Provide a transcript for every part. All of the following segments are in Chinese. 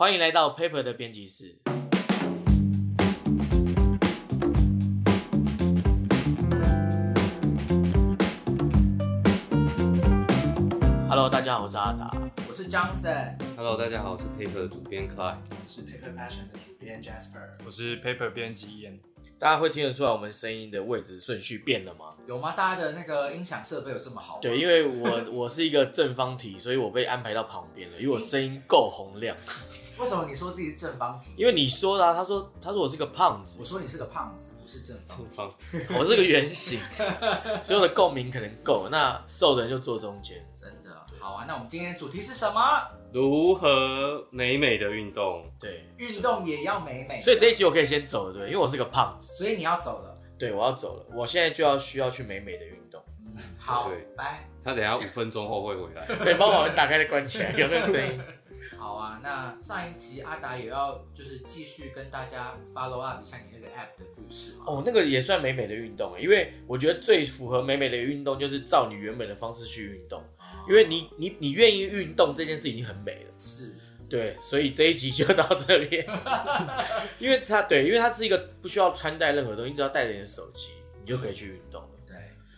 欢迎来到 Paper 的编辑室。Hello，大家好，我是阿达。我是 Johnson， Hello，大家好，我是 Paper 的主编 Clyde。我是 Paper Passion 的主编 Jasper。我是 Paper 编辑 Ian，大家会听得出来我们声音的位置顺序变了吗？有吗？大家的那个音响设备有这么好吗？对，因为我 我是一个正方体，所以我被安排到旁边了，因为我声音够洪亮。为什么你说自己是正方体？因为你说的、啊，他说他说我是个胖子我，说你是个胖子，不是正方体。方我是个圆形，所以我的共鸣可能够，那瘦的人就坐中间。真的好啊！那我们今天主题是什么？如何美美的运动？对，运动也要美美。所以这一集我可以先走了，对，因为我是个胖子，所以你要走了。对我要走了，我现在就要需要去美美的运动。嗯，好对，拜。他等一下五分钟后会回来。可以帮我们打开的关起来，有没有声音？好啊，那上一集阿达也要就是继续跟大家 follow up 一下你那个 app 的故事嘛。哦，那个也算美美的运动欸，因为我觉得最符合美美的运动就是照你原本的方式去运动，因为你你你愿意运动这件事已经很美了。是对，所以这一集就到这边，因为它对，因为它是一个不需要穿戴任何东西，你只要带着你的手机，你就可以去运动了。对，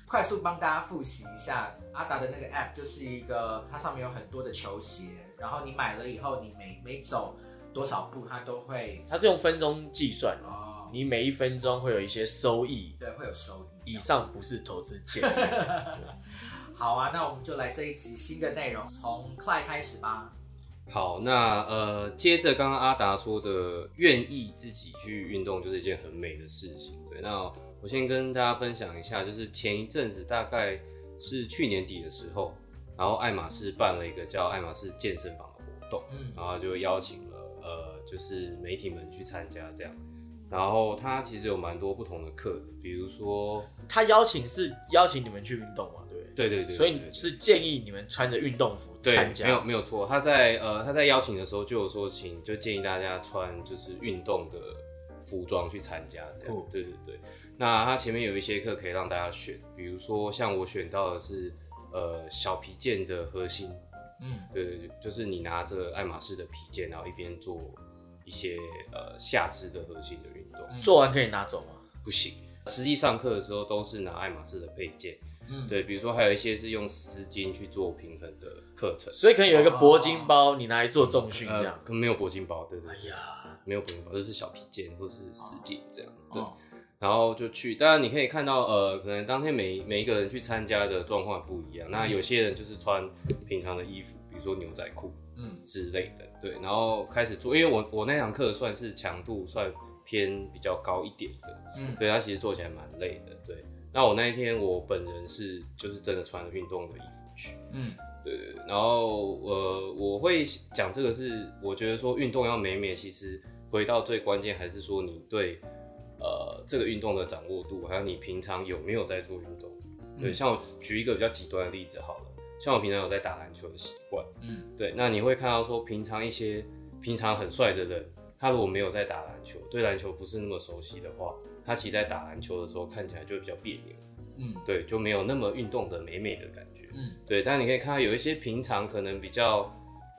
快速帮大家复习一下阿达的那个 app，就是一个它上面有很多的球鞋，然后你买了以后，你每每走多少步，它都会它是用分钟计算的，哦，你每一分钟会有一些收益。对，会有收益以。上不是投资建议。好啊，那我们就来这一集新的内容，从 Clay 开始吧。好，那呃，接着刚刚阿达说的，愿意自己去运动就是一件很美的事情。对，那我先跟大家分享一下，就是前一阵子大概是去年底的时候，然后爱马仕办了一个叫爱马仕健身房的活动，嗯然后就邀请了呃，就是媒体们去参加这样。然后它其实有蛮多不同的课的，比如说，他邀请是邀请你们去运动嘛，对不对？对对对对所以对你是建议你们穿着运动服对，参加，没有没有错。他在呃他在邀请的时候就有说请就建议大家穿就是运动的服装去参加这样。酷对对对。那他前面有一些课可以让大家选，比如说像我选到的是呃小皮件的核心，嗯，对对对，就是你拿着爱马仕的皮件，然后一边做一些呃下肢的核心的运动，做完可以拿走吗？不行。实际上课的时候都是拿爱马仕的配件，嗯对，比如说还有一些是用丝巾去做平衡的课程，所以可能有一个铂金包，你拿来做重训这呃样。，可能没有铂金包，对对哎对，呀，没有铂金包，就是小皮件或是丝巾这样，对。哦然后就去，当然你可以看到，呃，可能当天每每一个人去参加的状况也不一样。那有些人就是穿平常的衣服，比如说牛仔裤嗯之类的，对。然后开始做，因为我我那堂课算是强度算偏比较高一点的，嗯对，它其实做起来蛮累的，对。那我那一天我本人是就是真的穿运动的衣服去，嗯对对，对，然后呃，我会讲这个是，我觉得说运动要美美，其实回到最关键还是说你对呃这个运动的掌握度，还有你平常有没有在做运动。对，嗯像我举一个比较极端的例子好了，像我平常有在打篮球的习惯，嗯对，那你会看到说平常一些平常很帅的人，他如果没有在打篮球，对篮球不是那么熟悉的话，他其实在打篮球的时候看起来就会比较别扭，嗯对，就没有那么运动的美美的感觉。嗯，对，但你可以看到有一些平常可能比较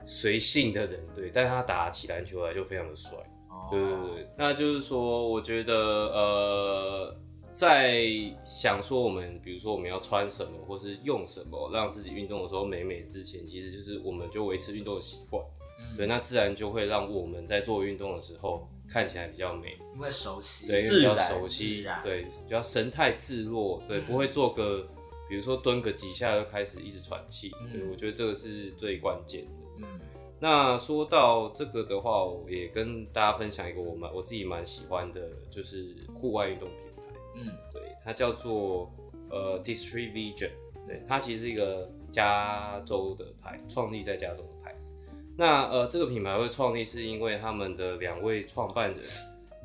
随性的人，对，但他打起篮球来就非常的帅。哦对对对，那就是说，我觉得呃，在想说我们，比如说我们要穿什么，或是用什么，让自己运动的时候美美之前，其实就是我们就维持运动的习惯。嗯对，那自然就会让我们在做运动的时候看起来比较美。因为熟悉，对，因为自比较然熟悉自然，对，比较神态自若，对，嗯不会做个，比如说蹲个几下就开始一直喘气，嗯对，我觉得这个是最关键的。嗯那说到这个的话，我也跟大家分享一个我蛮我自己蛮喜欢的，就是户外运动品牌，嗯对，它叫做呃 District Vision，对，它其实是一个加州的牌，创立在加州的牌子。那呃，这个品牌会创立是因为他们的两位创办人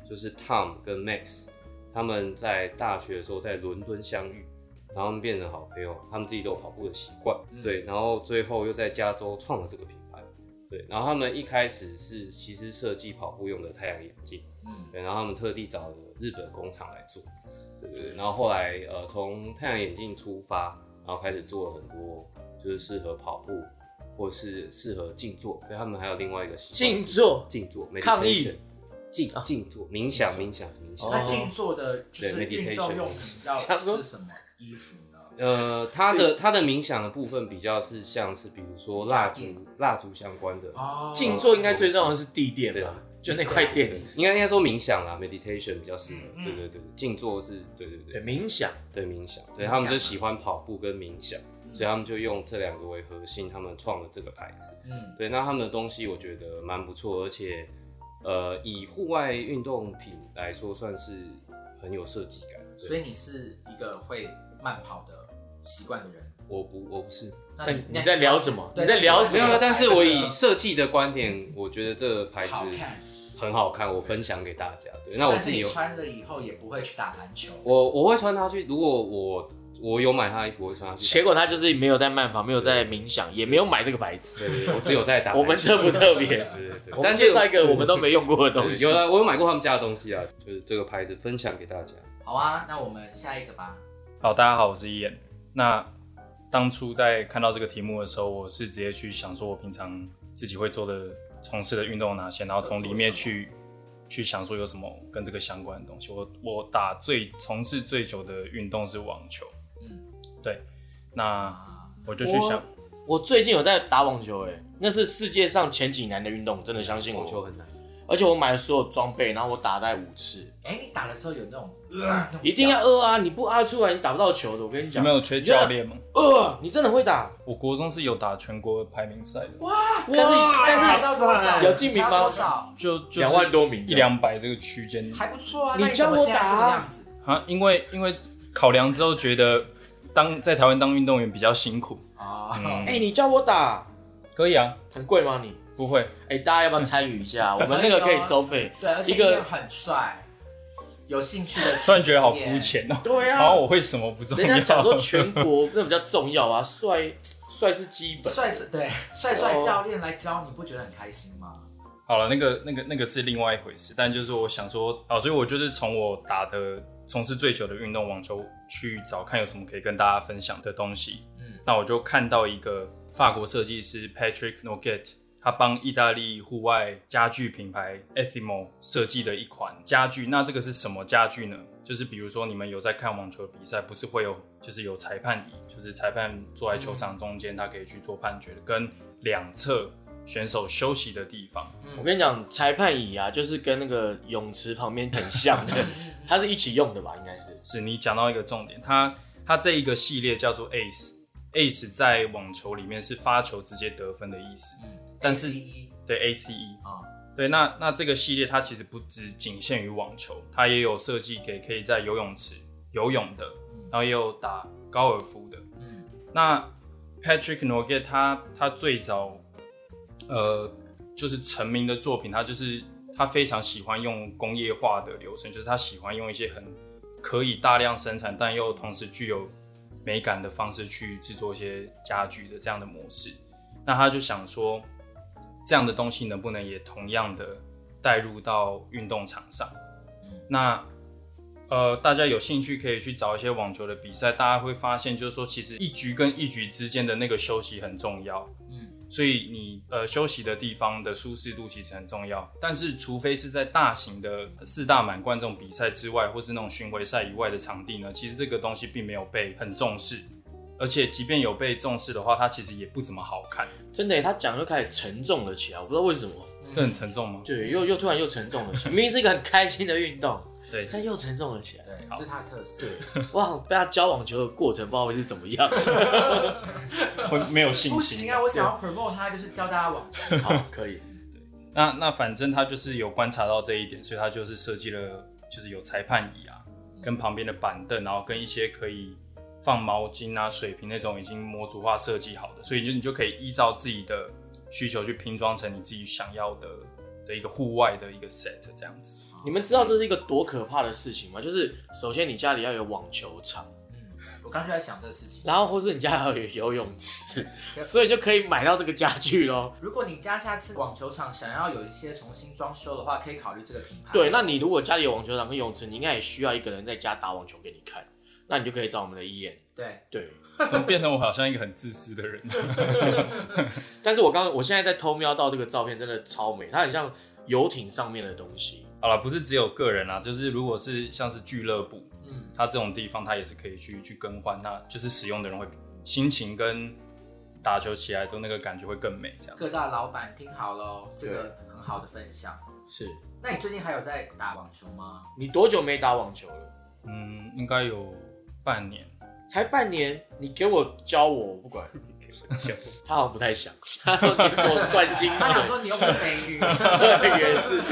就是 Tom 跟 Max，他们在大学的时候在伦敦相遇，然后他们变成好朋友，他们自己都有跑步的习惯，嗯对，然后最后又在加州创了这个品牌，对，然后他们一开始是其实设计跑步用的太阳眼镜。嗯对，然后他们特地找了日本工厂来做，对对对，然后后来呃从太阳眼镜出发，然后开始做了很多就是适合跑步或是适合静坐，所以他们还有另外一个习惯是静坐静坐抗议哦 meditation，静静坐冥想冥想冥想。那静坐的就是哦对运动 meditation 用品要想说是什么衣服呢？呃，它的它的冥想的部分比较是像是比如说蜡烛蜡烛相关的，哦，静坐应该最重要的是地垫对吧啊，就那块对垫子。应该应该说冥想啦，meditation 比较适合。嗯对对对，静坐是对对对，对冥想嗯对冥想，对冥他们想就啊喜欢跑步跟冥想，所以他们就用这两个为核心，他们创了这个牌子。嗯，对，那他们的东西我觉得蛮不错，而且呃，以户外运动品来说，算是很有设计感。所对，以你是一个会慢跑的习惯的人。我不我不是那你你在聊什么你在聊什么没有了了，但是我以设计的观点，我觉得这个牌子好看，很好看，我分享给大家。对，那那我我自自己己有穿了以后也不会去打篮球。我我会穿它去，如果我我有买它的衣服，我会穿它去结果他就是没有在慢跑，没有在冥想，也没有买这个牌子。打。对对对，我只有在打篮球。 我们特不特别？对对对我，们但是介绍一个我们都没用过的东对西有。了，我有买过他们家的东西啊，就是这个牌子分享给大家。好啊，那我们下一个吧。好，大家好，我是伊眼。那当初在看到这个题目的时候，我是直接去想说，我平常自己会做的、从事的运动有哪些，然后从里面去去想说有什么跟这个相关的东西。我我打最从事最久的运动是网球，嗯嗯，对。那啊，我就去想，我最近有在打网球、欸，那是世界上前几难的运动，真的相信我。网球很难，而且我买了所有装备，然后我打大概五次，哎，你打的时候有那种，呃一定要饿啊！你不啊出来，你打不到球的。我跟你有讲，没有缺教练吗？饿，你真的会打我国中是有打全国排名赛的，但是但是打到多少？哎有进名吗打到多少？就就是两万多名一两百这个区间还不错啊。你那怎教么我现在这个打啊样子，啊，因为因为考量之后觉得当在台湾当运动员比较辛苦，哦，哎、你教我打，可以啊，很贵吗你？不会，哎、大家要不要参与一下？我们那个可以收费。 对，而且一个一定很帅，有兴 趣的，突然觉得好肤。浅哦、对然啊后，我会什么不重人家讲说要？全国那比较重要啊，帅帅是基本。帅帅对帅帅教练来教你不觉得很开心吗？好了，那个那个那个是另外一回事，但就是我想说，哦，所以我就是从我打的从事最久的运动网球去找看有什么可以跟大家分享的东西。嗯那我就看到一个法国设计师 Patrick Noget，他帮意大利户外家具品牌 Ethimo 设计的一款家具。那这个是什么家具呢？就是比如说你们有在看网球比赛，不是会有就是有裁判椅，就是裁判坐在球场中间，他可以去做判决，跟两侧选手休息的地方。我跟你讲，裁判椅啊，就是跟那个泳池旁边很像 的，它是一起用的吧？应该是。是你讲到一个重点，它它这一个系列叫做 E Ace。Ace 在网球里面是发球直接得分的意思，嗯，但是一对 ACE，啊，对，那那这个系列它其实不只仅限于网球，它也有设计给可以在游泳池游泳的，然后也有打高尔夫的。嗯那 Patrick Norget 他他最早呃就是成名的作品，他就是他非常喜欢用工业化的流程，就是他喜欢用一些很可以大量生产，但又同时具有美感的方式去制作一些家具的这样的模式。那他就想说，这样的东西能不能也同样的带入到运动场上？那呃，大家有兴趣可以去找一些网球的比赛，大家会发现，就是说，其实一局跟一局之间的那个休息很重要。嗯，所以你呃休息的地方的舒适度其实很重要。但是，除非是在大型的四大满贯这种比赛之外，或是那种巡回赛以外的场地呢，其实这个东西并没有被很重视。而且，即便有被重视的话，它其实也不怎么好看。真的耶，欸他讲就开始沉重了起来，我不知道为什么。这很沉重吗？对，又又突然又沉重了起来，明明是一个很开心的运动，对但又沉重了起来。对，这是他的特色。对，哇，被他教网球的过程，不知道会是怎么样。会没有信心。不行啊，我想要 promote 他，就是教大家网球。好，可以。那那反正他就是有观察到这一点，所以他就是设计了，就是有裁判椅啊，跟旁边的板凳，然后跟一些可以放毛巾啊、水瓶那种已经模组化设计好的，所以就你就可以依照自己的需求去拼装成你自己想要的的一个户外的一个 set 这样子。你们知道这是一个多可怕的事情吗？就是首先你家里要有网球场，嗯，我刚就在想这个事情。然后或是你家要有游泳池，所以就可以买到这个家具咯。如果你家下次网球场想要有一些重新装修的话，可以考虑这个品牌。对，那你如果家里有网球场跟游泳池，你应该也需要一个人在家打网球给你看。那你就可以找我们的医眼。对，对，怎么变成我好像一个很自私的人？但是我刚刚我现在在偷瞄到这个照片，真的超美，它很像游艇上面的东西。好了，不是只有个人啦，就是如果是像是俱乐部，嗯，它这种地方它也是可以去去更换，那就是使用的人会心情跟打球起来都那个感觉会更美，这样。各大老板听好喽，这个很好的分享。是那你最近还有在打网球吗？你多久没打网球了？嗯，应该有半年。才半年，你给我教我，我不管。他好像不太想，他说你给我算薪他想水。 说你又不是美女，对，也是。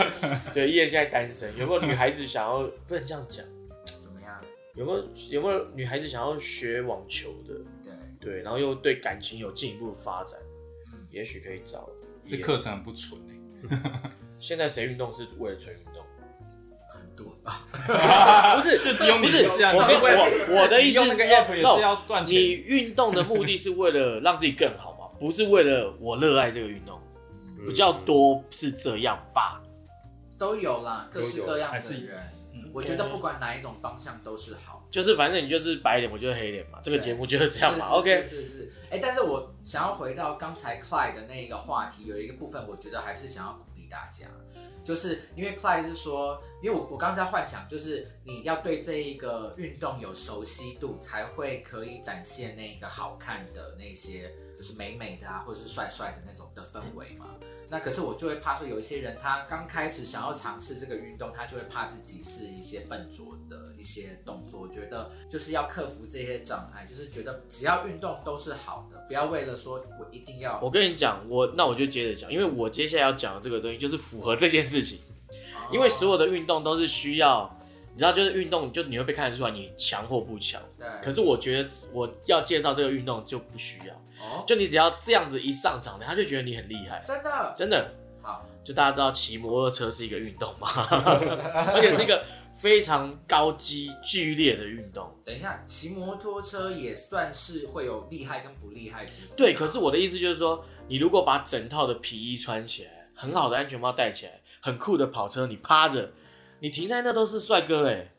对，依然现在单身，有没有女孩子想要？不能这样讲。怎么样？有没有有没有女孩子想要学网球的？对，对，然后又对感情有进一步的发展嗯，也许可以找。这课程很不纯哎、现在谁运动是为了纯运动？很多吧。 不是，就只有你不是这样我跟然后我我的意思用是那说个 app 也是 no，要赚你钱，运动的目的是为了让自己更好嘛，不是为了我热爱这个运动，嗯嗯比较多是这样吧。都有嗯啦，各式各样还是的人。我觉得不管哪一种方向都是好。就是反正你就是白脸，我就是黑脸嘛，这个对节目就是这样嘛。是 OK，是是是是。哎、但是我想要回到刚才 Clyde 的那一个话题，有一个部分，我觉得还是想要鼓励大家，就是因为 Clyde 是说，因为我我刚才在幻想，就是你要对这一个运动有熟悉度，才会可以展现那个好看的那些，就是美美的啊，或者是帅帅的那种的氛围嘛。那可是我就会怕说，有一些人他刚开始想要尝试这个运动，他就会怕自己是一些笨拙的一些动作。我觉得就是要克服这些障碍，就是觉得只要运动都是好的，不要为了说我一定要。我跟你讲，我那我就接着讲，因为我接下来要讲的这个东西就是符合这件事情，哦因为所有有的运动都是需要，你知道，就是运动就你会被看得出来你强或不强。可对是我觉得我要介绍这个运动就不需要，哦，就你只要这样子一上场，他就觉得你很厉害，真的真的。好，就大家知道骑摩托车是一个运动嘛， 而且是一个非常高级剧烈的运动。等一下，骑摩托车也算是会有厉害跟不厉害之分。啊对，可是我的意思就是说，你如果把整套的皮衣穿起来，很好的安全帽戴起来，很酷的跑车，你趴着，你停在那都是帅哥哎、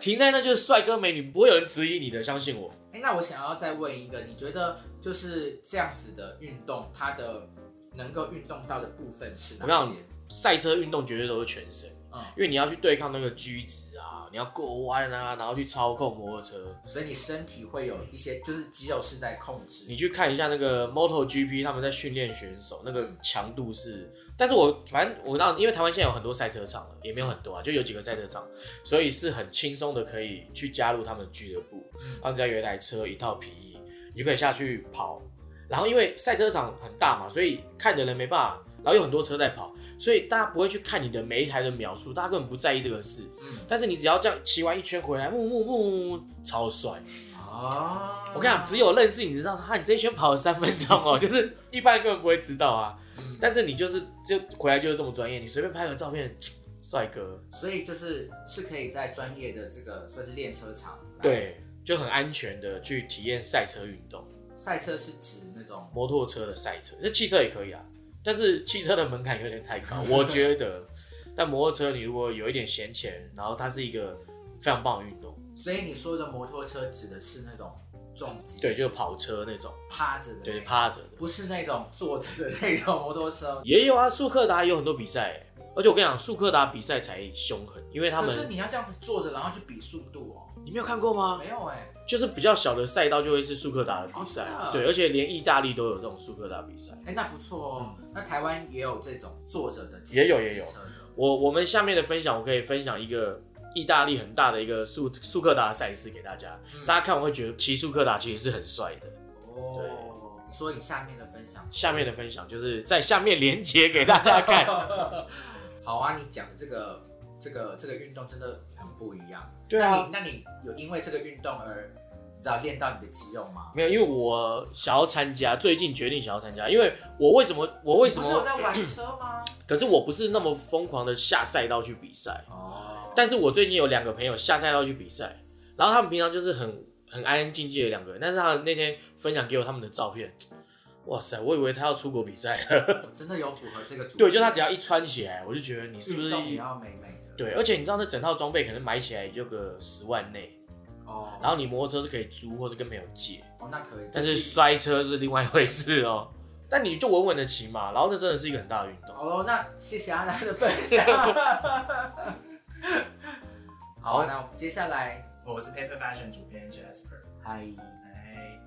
停在那就是帅哥美女，不会有人质疑你的，相信我。哎、那我想要再问一个，你觉得就是这样子的运动，它的能够运动到的部分是我跟哪你些讲？赛车运动绝对都是全身，嗯因为你要去对抗那个居子啊，你要过弯啊，然后去操控摩托车。所以你身体会有一些，就是肌肉是在控制。你去看一下那个 MotoGP，他们在训练选手那个强度是，但是我反正我那因为台湾现在有很多赛车场了，也没有很多啊，就有几个赛车场，所以是很轻松的可以去加入他们的俱乐部，然后只要有一台车一套皮衣，你就可以下去跑。然后因为赛车场很大嘛，所以看的人没办法，然后有很多车在跑，所以大家不会去看你的每一台的秒数，大家根本不在意这个事。嗯，但是你只要这样骑完一圈回来，木木木，超帅。哦，我跟你讲，只有认识你知道，他你这一圈跑了三分钟 哦，就是一般人根本不会知道啊。嗯但是你就是就回来就是这么专业，你随便拍个照片，帅哥，所以就是是可以在专业的这个算是练车场，，对，哎就很安全的去体验赛车运动，赛车是指那种摩托车的赛车，那汽车也可以啊，但是汽车的门槛有点太 高，我觉得。但摩托车你如果有一点闲钱，然后它是一个非常棒的运动，所以你说的摩托车指的是那种重机，对，，就是跑车那种，趴着的，对，，趴着的。不是那种坐着的那种摩托车。也有啊，速克达也有很多比赛欸、而且我跟你讲，速克达比赛才凶狠，因为他可们是你要这样子坐着，然后去比速度哦。你没有看过吗？没有哎、就是比较小的赛道就会是速克达的比赛，哦真的对，而且连意大利都有这种速克达比赛。哎、那不错哦。那台湾也有这种坐着的骑，嗯也有也有骑车的我我们下面的分享，我可以分享一个意大利很大的一个速速克达赛事给大家，嗯大家看我会觉得骑速克达其实是很帅的。哦。你说你下面的分享，下面的分享就是在下面连接给大家看，好啊，你讲的这个这个这个运动真的很不一样。对啊那你那你有因为这个运动而你知道练到你的肌肉吗？没有，因为我想要参加，最近决定想要参加，因为我为什么我为什不是有么？在玩车吗？可是我不是那么疯狂的下赛道去比赛，哦，但是我最近有两个朋友下赛道去比赛，然后他们平常就是很很安安静静的两个人，但是他们那天分享给我他们的照片，哇塞，我以为他要出国比赛 了。我真的有符合这个主题。对，就他只要一穿起来，我就觉得你是不运是动也要美美的。对？而且你知道那整套装备可能买起来也就个十万内，哦，然后你摩托车是可以租或是跟朋友借，哦那可以，但就是摔车是另外一回事哦。但你就稳稳的骑嘛，然后那真的是一个很大的运动。哦，那谢谢阿南的分享。好，那我们接下来，哦我是 Paper Fashion 主编 Jasper。嗨，哎，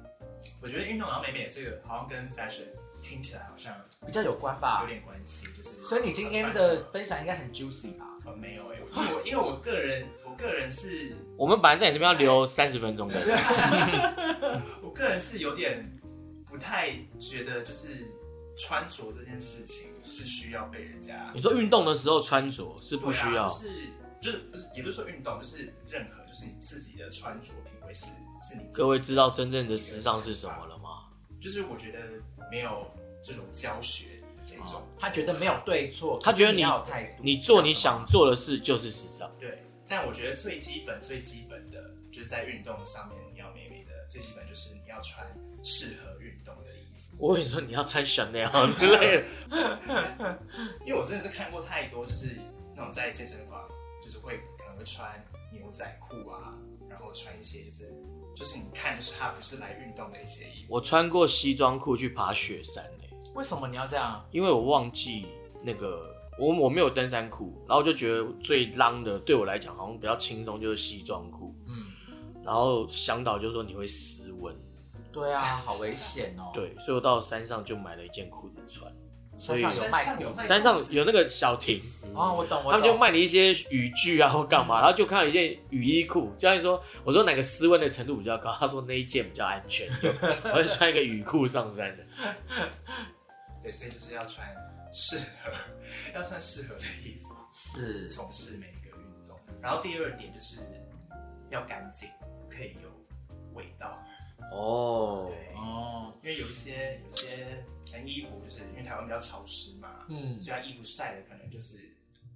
我觉得运动好像美美这个好像跟 fashion 听起来好像比较有关有吧。点关系，就是所以你今天穿什的么分享应该很 juicy 吧？呃没有哎、因为我因为我个人我个人是我们本来在你这边要留三十分钟的，我个人是有点不太觉得就是穿着这件事情是需要被人家你说运动的时候穿着是对不需要啊、就是就是不是也不是说运动，就是任何就是你自己的穿着品味是是你自己各位知道真正的时尚是什么了吗？就是我觉得没有这种教学这种，哦他觉得没有对错，他觉得可是你你要有态度，你做你想做的事就是时尚。对，但我觉得最基本最基本的就是在运动上面你要美美的，最基本就是你要穿适合运动的衣服。我跟你说，你要穿 Chanel 之类的，因为我真的是看过太多，就是那种在健身房，就是会可能会穿牛仔裤啊，然后穿一些就是就是你看就是他不是来运动的一些衣服。我穿过西装裤去爬雪山呢、为什么你要这样？因为我忘记那个我我没有登山裤，然后就觉得最浪的对我来讲好像比较轻松就是西装裤，嗯，然后香岛就说你会失温，对啊，好危险哦。，对，所以我到山上就买了一件裤子穿，所山以上有卖有裤卖山上有那个小亭，哦，我懂，我懂。嗯他们就卖你一些雨具啊或干嘛，然后就看到一件雨衣裤，教练说我说哪个失温的程度比较高，他说那一件比较安全，我就 穿一个雨裤上山的。对，所以就是要穿适合， 要穿适合的衣服。是从事每一个运动。然后第二点就是要干净，不可以有味道。哦对，哦，因为有一些有一些人衣服，就是因为台湾比较潮湿嘛，嗯，所以它衣服晒的可能就是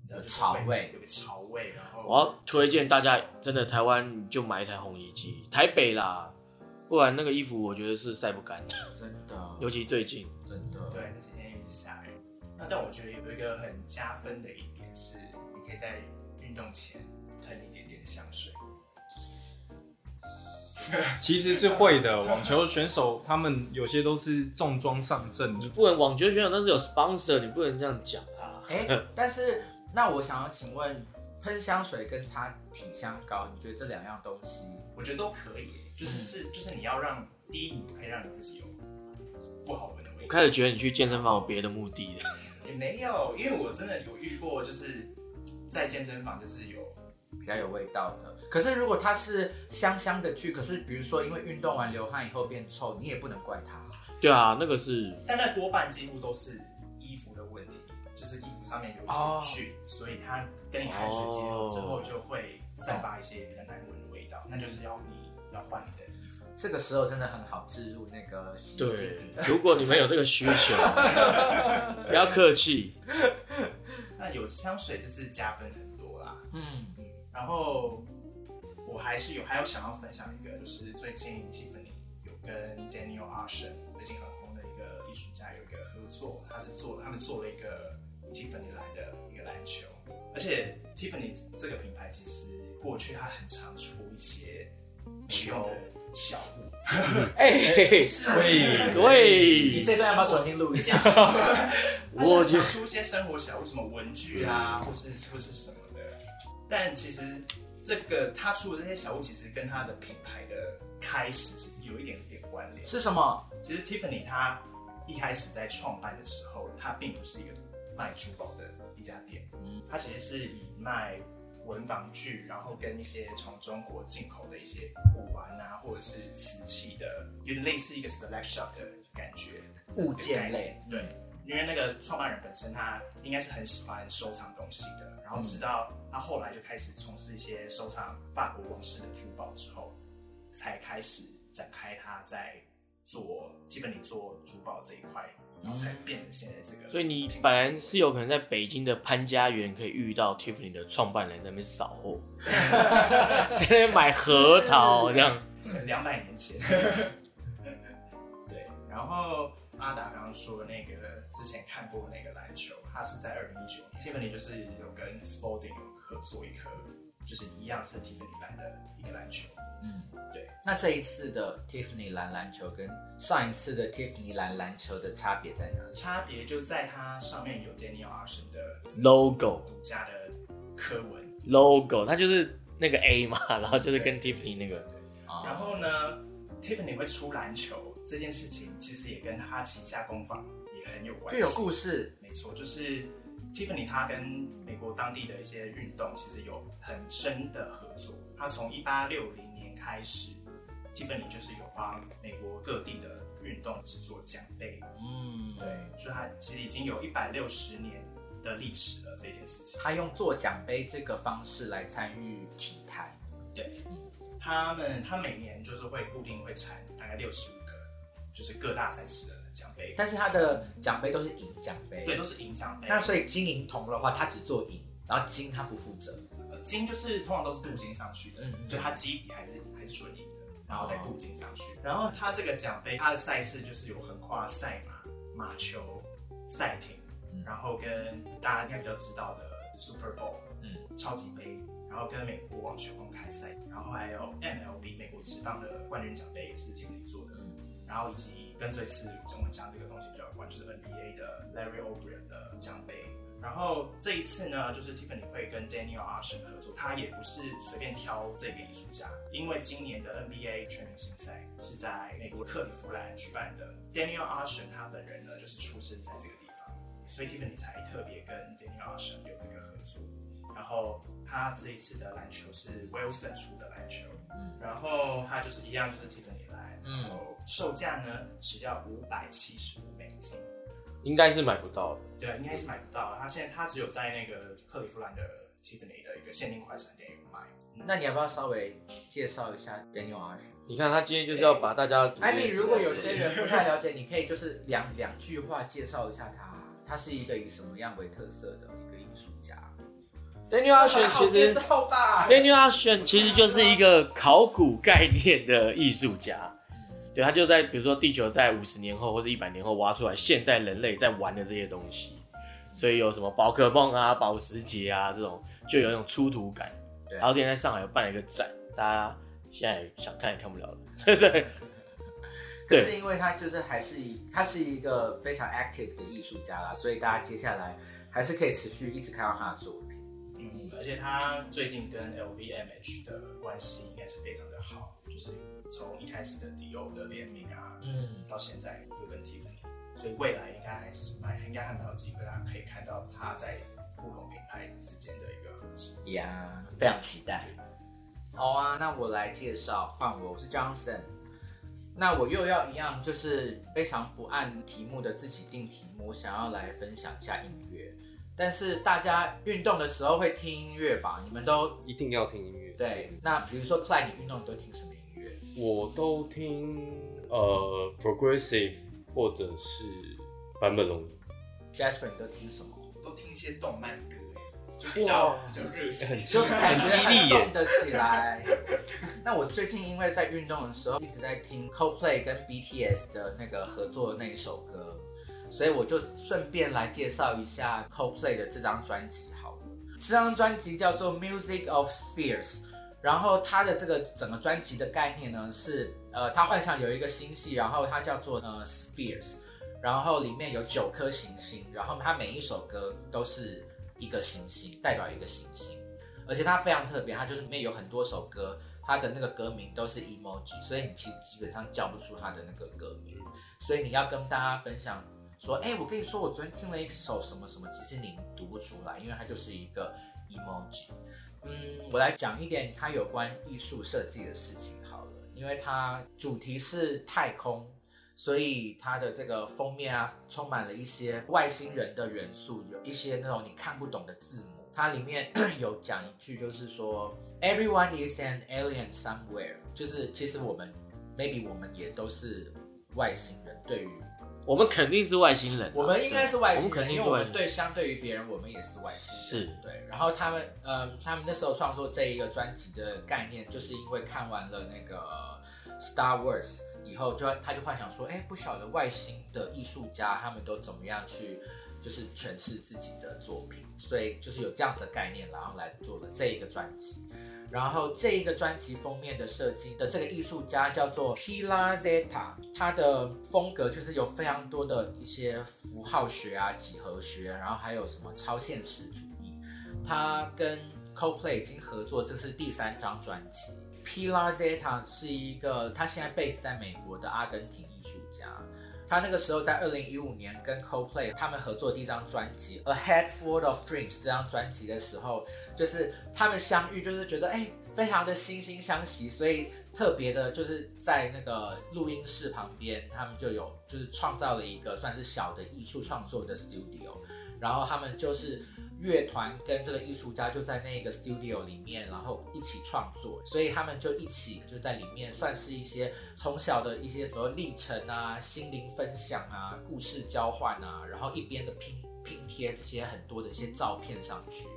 你知道就是潮会味有个潮味。然后我要推荐大家，真的台湾就买一台烘衣机，台北啦，不然那个衣服我觉得是晒不干的，真的，尤其最近。真的，对这几天一直下雨。那但我觉得有一个很加分的一点是，你可以在运动前喷一点点香水。其实是会的。网球选手他们有些都是重装上阵你的，不能网球选手那是有 sponsor，你不能这样讲啊。哎、但是那我想要请问，喷香水跟擦体香膏，你觉得这两样东西我觉得都可以，就是这就是你要让第一，你不可以让你自己有不好闻的味我道。开始觉得你去健身房有别的目的了。也没有，因为我真的有遇过，就是在健身房就是有，比较有味道的？可是如果它是香香的去，可是比如说因为运动完流汗以后变臭，你也不能怪它。对啊，那个是但那多半几乎都是衣服的问题，就是衣服上面有哦一些菌，所以它跟你汗水结合之后就会散发一些比较难闻的味道，那就是要你要换你的衣服。这个时候真的很好置入那个洗衣机。对。如果你们有这个需 求，不要客气。那有香水就是加分很多啦。嗯，嗯，然后我还是有还有想要分享一个，就是最近 Tiffany 有跟 Daniel Ocean 最近很红的一个艺术家有一个合作，他是做他们做了一个 Tiffany 蓝的一个篮球，而且 Tiffany 这个品牌其实过去它很常出一些没用的小物，哎、嘿 嘿会对，现在要不要重新录一下？ 我我觉就得嗯出一些生活小物，什么文具啊，或是或是什么的。但其实这个他出的这些小物，其实跟他的品牌的开始其实有一点点关联。是什么？其实 Tiffany 他一开始在创办的时候，他并不是一个卖珠宝的一家店，嗯他其实是以卖文房具，然后跟一些从中国进口的一些古玩啊，或者是瓷器的，有点类似一个 select shop 的感觉。物件类。对，因为那个创办人本身他应该是很喜欢收藏东西的，然后直到他后来就开始从事一些收藏法国王室的珠宝之后，才开始展开他在做基本里做珠宝这一块，然后才变成现在这个。所以你本来是有可能在北京的潘家园可以遇到 Tiffany 的创办人在那边扫货，在那边买核桃这样。两百年前。 对，然后阿达刚刚说那个之前看过那个篮球，他是在二零一九年，Tiffany 就是有跟 Sporting 有合作一颗就是一样是 Tiffany 蓝的一个篮球。嗯，对。那这一次的 Tiffany 蓝篮球跟上一次的 Tiffany 蓝篮球的差别在哪里？差别就在它上面有 Daniel Arson 的 logo 独家的科文， logo，它就是那个 A 嘛，然后就是跟 Tiffany 那个啊然后呢，Tiffany 会出篮球这件事情，其实也跟他旗下工坊也很有关又系。有故事，没错，就是 Tiffany 她跟美国当地的一些运动其实有很深的合作。她从一八六零年开始，Tiffany 就是有帮美国各地的运动制作奖杯，嗯，对，所以它其实已经有一百六十年的历史了这件事情。他用做奖杯这个方式来参与体坛，对，他们他每年就是会固定会产大概六十五个，就是各大赛事的奖杯，但是他的奖杯都是银奖杯，对，都是银奖杯。那所以金银铜的话，他只做银，然后金他不负责。呃金就是通常都是镀金上去的，嗯嗯就它基底还是还是纯银的，然后再镀金上去。哦然后它这个奖杯，它的赛事就是有横跨赛马、马球、赛艇，嗯然后跟大家应该比较知道的 Super Bowl，嗯嗯，超级杯。然后跟美国网球公开赛，然后还有 MLB 美国职棒的冠军奖杯也是 Tiffany 做的，嗯然后以及跟这次我们讲这个东西比较有关，就是 NBA 的 Larry O'Brien 的奖杯。然后这一次呢，就是 Tiffany 会跟 Daniel Arson 合作，他也不是随便挑这个艺术家，因为今年的 NBA 全明星赛是在美国克利夫兰举办的，Daniel Arson 他本人呢就是出生在这个地方，所以 Tiffany 才特别跟 Daniel Arson 有这个合作。然后他这一次的篮球是 Wilson 出的篮球，嗯然后它就是一样就是 Tiffany 来，嗯然后售价呢只要五百七十五美金，应该是买不到的。对，应该是买不到的，它现在它只有在那个克利夫兰的 Tiffany 的一个限定快闪店有卖。那你要不要稍微介绍一下 Daniel 啊 Arsh？你看他今天就是要把大家的主艾页米，是哎如果有些人不太了解，你可以就是两两句话介绍一下他，他是一个以什么样为特色的一个艺术家？ Daniel Ashen 好其介实绍吧，欸 Daniel Ashen 其实就是一个考古概念的艺术家，对他就在比如说地球在五十年后或者一百年后挖出来，现在人类在玩的这些东西，所以有什么宝可梦啊、宝石节啊这种，就有一种出土感。对然后之前在上海有办了一个展，大家现在想看也看不了了，对对可对是因为他就是还是一他是一个非常 active 的艺术家啦，所以大家接下来还是可以持续一直看到他的作品。嗯，而且他最近跟 LVMH 的关系应该是非常的好，就是从一开始的迪欧的联名啊，嗯，到现在又跟 Tiffany，所以未来应该还是蛮应该还蛮有机会，大家可以看到他在不同品牌之间的一个合作。呀非常期待。好啊，那我来介绍，换我，我是 Johnson。那我又要一样，就是非常不按题目的自己定题目，我想要来分享一下音乐。但是大家运动的时候会听音乐吧？你们都一定要听音乐。对。那比如说 c l 你运动你都听什么音乐？我都听呃 progressive 或者是坂本龙一， Jasper，你都听什么？我都听一些动漫歌，欸就比较比较热血。就感觉很激很励耶动得起来。那我最近因为在运动的时候一直在听 Coldplay 跟 BTS 的那个合作的那一首歌，所以我就顺便来介绍一下 Coldplay 的这张专辑好了。这张专辑叫做《Music of Spheres》，然后它的这个整个专辑的概念呢是，呃，它幻想有一个星系，然后它叫做呃 Spheres，然后里面有九颗行星，然后它每一首歌都是一个行星，代表一个行星。而且它非常特别，它就是里面有很多首歌，它的那个歌名都是 emoji，所以你其实基本上叫不出它的那个歌名，所以你要跟大家分享说，哎、我跟你说，我昨天听了一首什么什么，其实你读不出来，因为它就是一个 emoji。嗯，我来讲一点它有关艺术设计的事情好了，因为它主题是太空，所以它的这个封面啊，充满了一些外星人的元素，有一些那种你看不懂的字母。它里面 有讲一句，就是说 “Everyone is an alien somewhere”，就是其实我们 maybe 我们也都是外星人，对于我们肯定是外星人啊、我们应该是我外星们肯人，定因是为我外们星人。对相对于别人，我们也是外星人。是对。然后他们，嗯，他们那时候创作这一个专辑的概念，就是因为看完了那个呃 Star Wars 以后，就他就幻想说，哎，不晓得外星的艺术家他们都怎么样去，就是诠释自己的作品。所以就是有这样子的概念，然后来做了这一个专辑。然后这一个专辑封面的设计的这个艺术家叫做 Hila Zeta，他的风格就是有非常多的一些符号学啊、几何学，然后还有什么超现实主义。他跟 Coldplay 已经合作，这是第三张专辑。Pilar Zeta 是一个，他现在 base 在美国的阿根廷艺术家。他那个时候在二零一五年跟 Coldplay 他们合作第一张专辑《A Head Full of Dreams》这张专辑的时候，就是他们相遇，就是觉得哎、非常的惺惺相惜，所以特别的就是在那个录音室旁边，他们就有就是创造了一个算是小的艺术创作的 studio，然后他们就是乐团跟这个艺术家就在那个 studio 里面，然后一起创作，所以他们就一起就在里面算是一些从小的一些比如历程啊、心灵分享啊、故事交换啊，然后一边的拼拼贴这些很多的一些照片上去，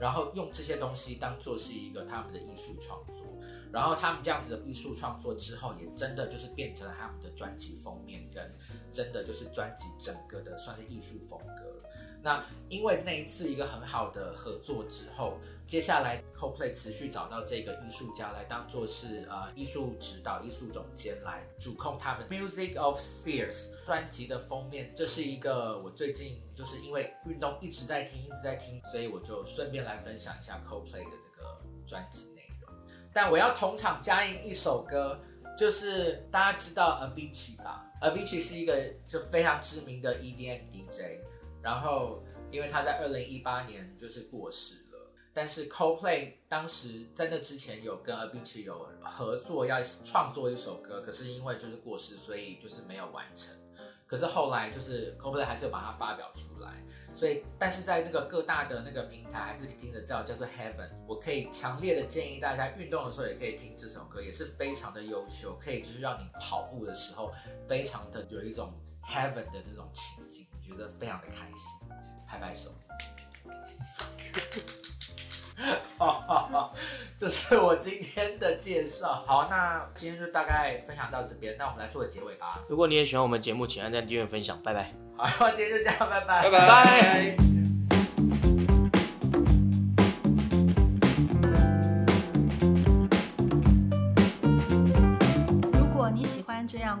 然后用这些东西当做是一个他们的艺术创作，然后他们这样子的艺术创作之后，也真的就是变成了他们的专辑封面跟真的就是专辑整个的算是艺术风格了。那因为那一次一个很好的合作之后，接下来 CoPlay 持续找到这个艺术家来当做是呃艺术指导、艺术总监来主控他们 Music of Spheres 专辑的封面。这是一个我最近就是因为运动一直在听，一直在听，所以我就顺便来分享一下 CoPlay 的这个专辑内容。但我要同场加映一首歌，就是大家知道 Avicii 吧？Avicii 是一个就非常知名的 E EDM DJ。然后因为他在二零一八年就是过世了，但是 Coldplay 当时在那之前有跟 Avicii 有合作，要创作一首歌，可是因为就是过世，所以就是没有完成。可是后来就是 Coldplay 还是有把它发表出来，所以但是在那个各大的那个平台还是听得到，叫做 Heaven。我可以强烈的建议大家运动的时候也可以听这首歌，也是非常的优秀，可以就是让你跑步的时候非常的有一种 Heaven 的那种情境，你觉得非常的开心，拍拍手。 这是我今天的介绍。好，那今天就大概分享到这边，那我们来做个结尾吧。如果你也喜欢我们节目，请按赞、订阅、分享，拜拜。好，今天就这样，拜拜，拜拜拜如果你喜欢这样